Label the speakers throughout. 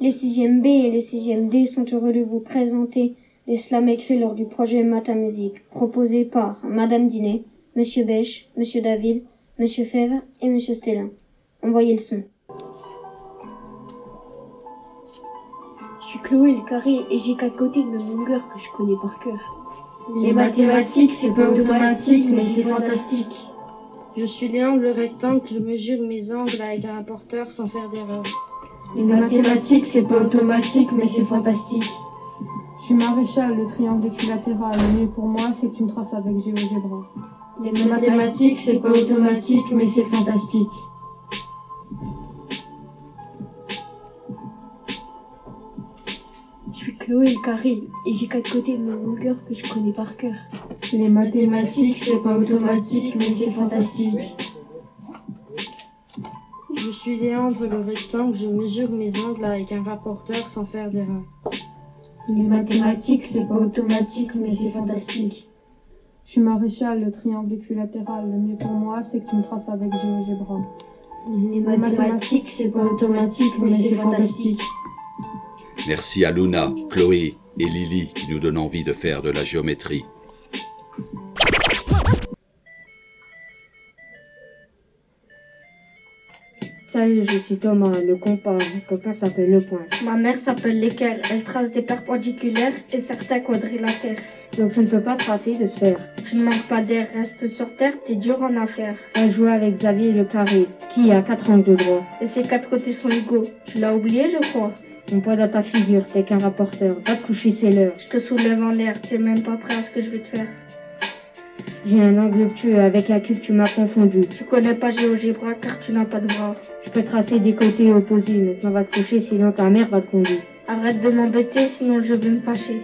Speaker 1: Les 6e B et les 6e D sont heureux de vous présenter les slams écrits lors du projet Mata Musique, proposé par Madame Dinet, Monsieur Bech, Monsieur David, Monsieur Fèvre et Monsieur Stellin. Envoyez le son.
Speaker 2: Je suis Chloé le carré et j'ai quatre côtés de ma longueur que je connais par cœur.
Speaker 3: Les mathématiques, c'est pas automatique, mais c'est fantastique.
Speaker 4: Je suis l'angle rectangle, je mesure mes angles avec un rapporteur sans faire d'erreur.
Speaker 3: Les mathématiques, c'est pas automatique, mais c'est fantastique.
Speaker 5: Je suis maréchal, le triangle équilatéral. Le mieux pour moi, c'est une trace avec GeoGebra.
Speaker 3: Les mathématiques, c'est pas automatique, mais c'est fantastique.
Speaker 2: Je suis Chloé le carré et j'ai quatre côtés de ma longueur que je connais par cœur.
Speaker 3: Les mathématiques, c'est pas automatique, mais c'est fantastique.
Speaker 4: Je suis Léandre le rectangle, je mesure mes angles avec un rapporteur sans faire d'erreur.
Speaker 3: Les mathématiques, c'est pas automatique, mais c'est fantastique.
Speaker 5: Je suis maréchal, le triangle équilatéral. Le mieux pour moi, c'est que tu me traces avec GeoGebra.
Speaker 3: Les mathématiques, c'est pas automatique, mais c'est fantastique.
Speaker 6: Merci à Luna, Chloé et Lily qui nous donnent envie de faire de la géométrie.
Speaker 7: Salut, je suis Thomas, le compas. Mon copain s'appelle Le Point.
Speaker 8: Ma mère s'appelle l'équerre. Elle trace des perpendiculaires et certains quadrilatères.
Speaker 7: Donc je ne peux pas tracer de sphère.
Speaker 8: Tu ne manques pas d'air, reste sur terre, t'es dur en affaire.
Speaker 7: Elle joue avec Xavier le carré, qui a quatre angles droits.
Speaker 8: Et ses quatre côtés sont égaux. Tu l'as oublié, je crois.
Speaker 7: On poids dans ta figure, t'es qu'un rapporteur. Va te coucher, c'est l'heure.
Speaker 8: Je te soulève en l'air, t'es même pas prêt à ce que je vais te faire.
Speaker 7: J'ai un angle obtus avec laquelle tu m'as confondu.
Speaker 8: Tu connais pas GeoGebra car tu n'as pas de bras.
Speaker 7: Je peux tracer des côtés opposés, maintenant va te coucher sinon ta mère va te conduire.
Speaker 8: Arrête de m'embêter sinon je vais me fâcher.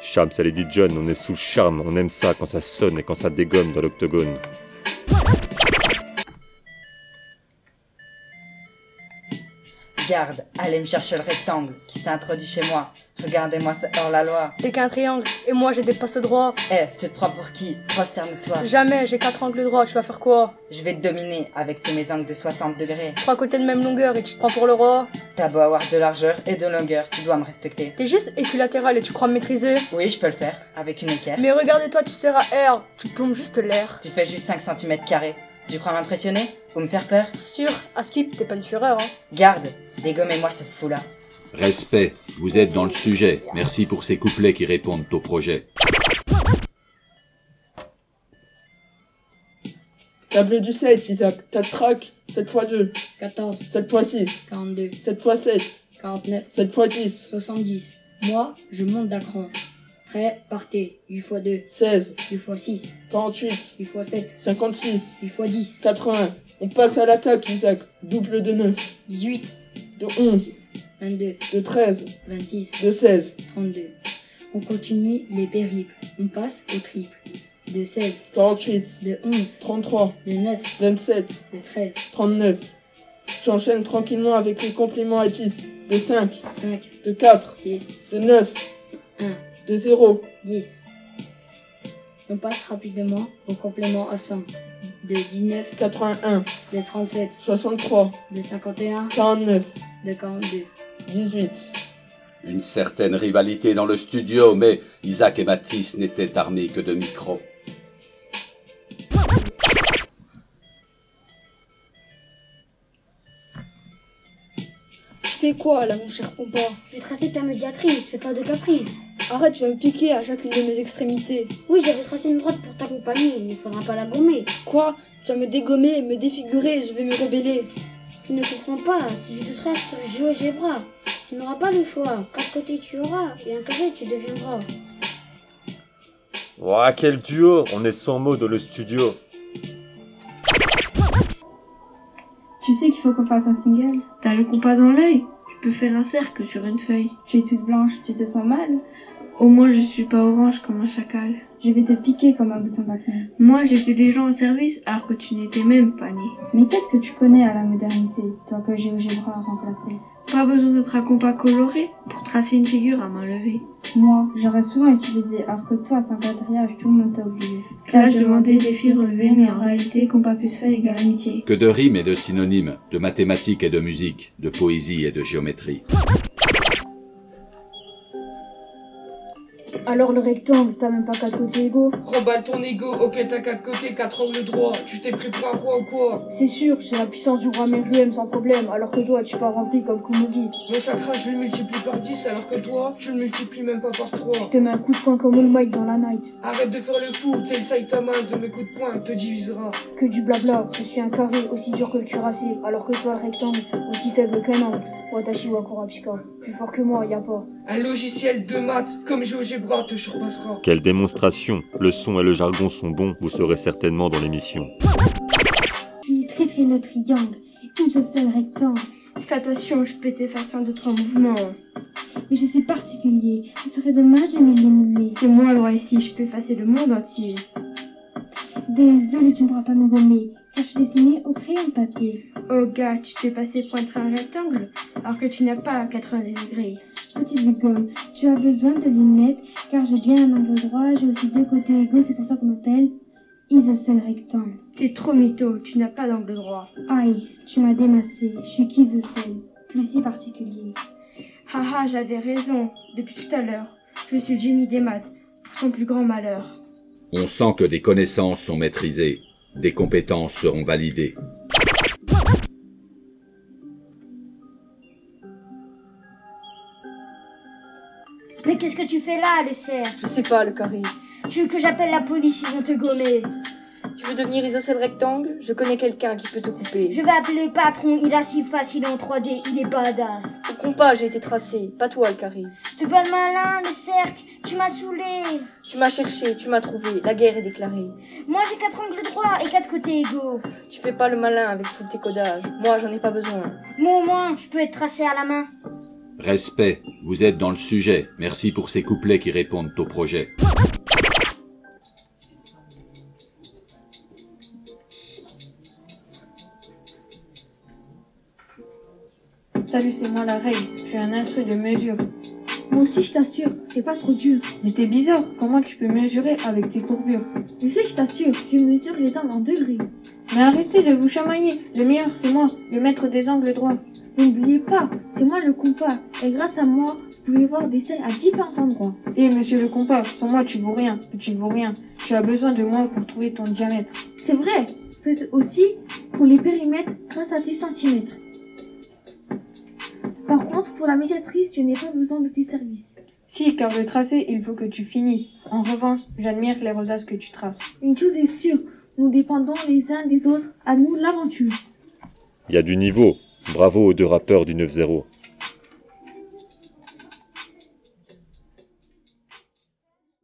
Speaker 9: Charme, c'est Lady John, on est sous le charme, on aime ça quand ça sonne et quand ça dégomme dans l'octogone.
Speaker 10: Garde, allez me chercher le rectangle qui s'introduit chez moi. Regardez-moi, c'est hors la loi.
Speaker 11: T'es qu'un triangle, et moi j'ai des postes droits.
Speaker 10: Eh, tu te prends pour qui Prosterne-toi.
Speaker 11: Jamais, j'ai quatre angles droits, tu vas faire quoi
Speaker 10: Je vais te dominer avec tous mes angles de 60 degrés.
Speaker 11: Trois côtés de même longueur et tu te prends pour le roi.
Speaker 10: T'as beau avoir de largeur et de longueur, tu dois me respecter.
Speaker 11: T'es juste équilatéral et tu crois me maîtriser.
Speaker 10: Oui, je peux le faire, avec une équerre.
Speaker 11: Mais regarde-toi, tu sers à R, tu plombes juste l'air.
Speaker 10: Tu fais juste 5 cm carrés. Tu crois m'impressionner Ou me faire peur
Speaker 11: Sûr, à skip, t'es pas une fureur, hein.
Speaker 10: Garde, dégommez-moi ce fou-là.
Speaker 6: Respect, vous êtes dans le sujet. Merci pour ces couplets qui répondent au projet.
Speaker 12: Tableau du 7, Isaac. 4 tracks, 7 x 2.
Speaker 13: 14,
Speaker 12: 7 x 6,
Speaker 13: 42,
Speaker 12: 7 x 7,
Speaker 13: 49,
Speaker 12: 7 x 10,
Speaker 13: 70. Moi, je monte d'un cran. Prêt, partez. 8 x 2,
Speaker 12: 16,
Speaker 13: 8 x 6,
Speaker 12: 48,
Speaker 13: 8 x 7,
Speaker 12: 56,
Speaker 13: 8 x 10,
Speaker 12: 80. On passe à l'attaque, Isaac. Double de 9,
Speaker 13: 18,
Speaker 12: de 11,
Speaker 13: 22,
Speaker 12: de 13,
Speaker 13: 26,
Speaker 12: de 16,
Speaker 13: 32. On continue les périples. On passe au triple. De 16,
Speaker 12: 48,
Speaker 13: de 11,
Speaker 12: 33,
Speaker 13: de 9,
Speaker 12: 27,
Speaker 13: de 13,
Speaker 12: 39. J'enchaîne tranquillement avec les compliments à 10, de 5,
Speaker 13: 5,
Speaker 12: de 4,
Speaker 13: 6,
Speaker 12: de 9,
Speaker 13: 1,
Speaker 12: de 0,
Speaker 13: 10. On passe rapidement au complément à 100. De 19,
Speaker 12: 81,
Speaker 13: de 37,
Speaker 12: 63,
Speaker 13: de 51,
Speaker 12: 49,
Speaker 13: de 42.
Speaker 12: 18.
Speaker 6: Une certaine rivalité dans le studio, mais Isaac et Mathis n'étaient armés que de micros.
Speaker 14: Tu fais quoi là, mon cher compas
Speaker 15: Je vais tracer ta médiatrice, c'est pas de caprice.
Speaker 14: Arrête, tu vas me piquer à chacune de mes extrémités.
Speaker 15: Oui, j'avais tracé une droite pour t'accompagner, il ne faudra pas la gommer.
Speaker 14: Quoi Tu vas me dégommer, me défigurer, je vais me rebeller.
Speaker 15: Tu ne comprends pas, si je te trace sur GeoGebra, tu n'auras pas le choix. Quatre côtés tu auras, et un carré tu deviendras.
Speaker 9: Ouah, quel duo On est sans mots dans le studio.
Speaker 16: Tu sais qu'il faut qu'on fasse un single
Speaker 17: T'as le compas dans l'œil Tu peux faire un cercle sur une feuille.
Speaker 16: Tu es toute blanche, tu te sens mal
Speaker 17: Au moins je suis pas orange comme un chacal.
Speaker 16: Je vais te piquer comme un bouton d'acné.
Speaker 17: Moi j'étais déjà en service alors que tu n'étais même pas né.
Speaker 16: Mais qu'est-ce que tu connais à la modernité, toi que GeoGebra a remplacé
Speaker 8: Pas besoin d'être un compas coloré pour tracer une figure à main levée.
Speaker 18: Moi, j'aurais souvent utilisé, alors que toi, sans quadrillage, tout le monde t'a oublié.
Speaker 8: Là, je demandais des filles relevées, mais en réalité, compas plus fait égale amitié.
Speaker 6: Que de rimes et de synonymes, de mathématiques et de musique, de poésie et de géométrie.
Speaker 3: Alors le rectangle, t'as même pas quatre côtés égaux
Speaker 12: Remballe ton ego, ok t'as quatre côtés, quatre angles droits, tu t'es pris pour un roi ou quoi
Speaker 3: C'est sûr, j'ai la puissance du roi Meriem sans problème, alors que toi, tu pas rempli comme Kumugi.
Speaker 12: Mon chakra je le multiplie par 10 alors que toi, tu le multiplies même pas par 3.
Speaker 3: Je te mets un coup de poing comme All Might dans la night.
Speaker 12: Arrête de faire le fou, t'es le Saitama, de mes coups de poing te divisera.
Speaker 3: Que du blabla, je suis un carré aussi dur que le cuirassé, alors que toi, le rectangle, aussi faible qu'un angle. Watashi wa Kurapika, plus fort que moi, y a pas.
Speaker 12: Un logiciel de maths comme GeoGebra te surpassera.
Speaker 9: Quelle démonstration Le son et le jargon sont bons, vous serez certainement dans l'émission.
Speaker 15: Puis très très le triangle, une seul rectangle.
Speaker 19: Fais attention, je peux t'effacer en deux trois mouvements.
Speaker 15: Mais je suis particulier, ce serait dommage de m'éliminer.
Speaker 19: C'est moi le roi ici, je peux effacer le monde entier.
Speaker 15: Désolé, tu ne pourras pas me gommer, car je suis dessinée au crayon de papier.
Speaker 19: Oh gars, tu te fais passer pour être un rectangle, alors que tu n'as pas 80 degrés.
Speaker 15: Petit Bigum, tu as besoin de lunettes car j'ai bien un angle droit, j'ai aussi deux côtés égaux, c'est pour ça qu'on m'appelle Isocèle Rectangle.
Speaker 19: T'es trop mytho, tu n'as pas d'angle droit.
Speaker 15: Aïe, tu m'as démassé, je suis qu'isocèle, plus si particulier.
Speaker 19: Haha, Ah j'avais raison, depuis tout à l'heure, je suis le génie des maths, pour son plus grand malheur.
Speaker 6: On sent que des connaissances sont maîtrisées, des compétences seront validées.
Speaker 15: Mais qu'est-ce que tu fais là, le cerf
Speaker 20: Je sais pas, le carré.
Speaker 15: Tu veux que j'appelle la police, ils vont te gommer.
Speaker 20: Tu veux devenir isocèle rectangle Je connais quelqu'un qui peut te couper.
Speaker 15: Je vais appeler le patron, il a si facile en 3D, il est badass.
Speaker 20: Au compas, j'ai été tracé, pas toi, le carré.
Speaker 15: T'es pas le malin, le cercle, tu m'as saoulé.
Speaker 20: Tu m'as cherché, tu m'as trouvé, la guerre est déclarée.
Speaker 15: Moi j'ai quatre angles droits et quatre côtés égaux.
Speaker 20: Tu fais pas le malin avec tous tes codages, moi j'en ai pas besoin.
Speaker 15: Moi au moins, je peux être tracé à la main.
Speaker 6: Respect, vous êtes dans le sujet. Merci pour ces couplets qui répondent au projet.
Speaker 3: Salut, c'est moi la règle, j'ai un instru de mesure.
Speaker 8: Moi aussi, je t'assure, c'est pas trop dur.
Speaker 3: Mais t'es bizarre, comment tu peux mesurer avec tes courbures
Speaker 8: Je sais que je t'assure, je mesure les angles en degrés.
Speaker 3: Mais arrêtez de vous chamailler, le meilleur c'est moi, le maître des angles droits.
Speaker 8: N'oubliez pas, c'est moi le compas, et grâce à moi, vous pouvez voir des séries à différents endroits.
Speaker 3: Hé hey, Eh, monsieur le compas, sans moi tu vaux rien, tu vaux rien. Tu as besoin de moi pour trouver ton diamètre.
Speaker 8: C'est vrai, faites aussi pour les périmètres grâce à tes centimètres. Par contre, pour la médiatrice, tu n'ai pas besoin de tes services.
Speaker 3: Si, car le tracé, il faut que tu finisses. En revanche, j'admire les rosaces que tu traces.
Speaker 8: Une chose est sûre, nous dépendons les uns des autres, à nous l'aventure.
Speaker 9: Il y a du niveau. Bravo aux deux rappeurs du 9-0.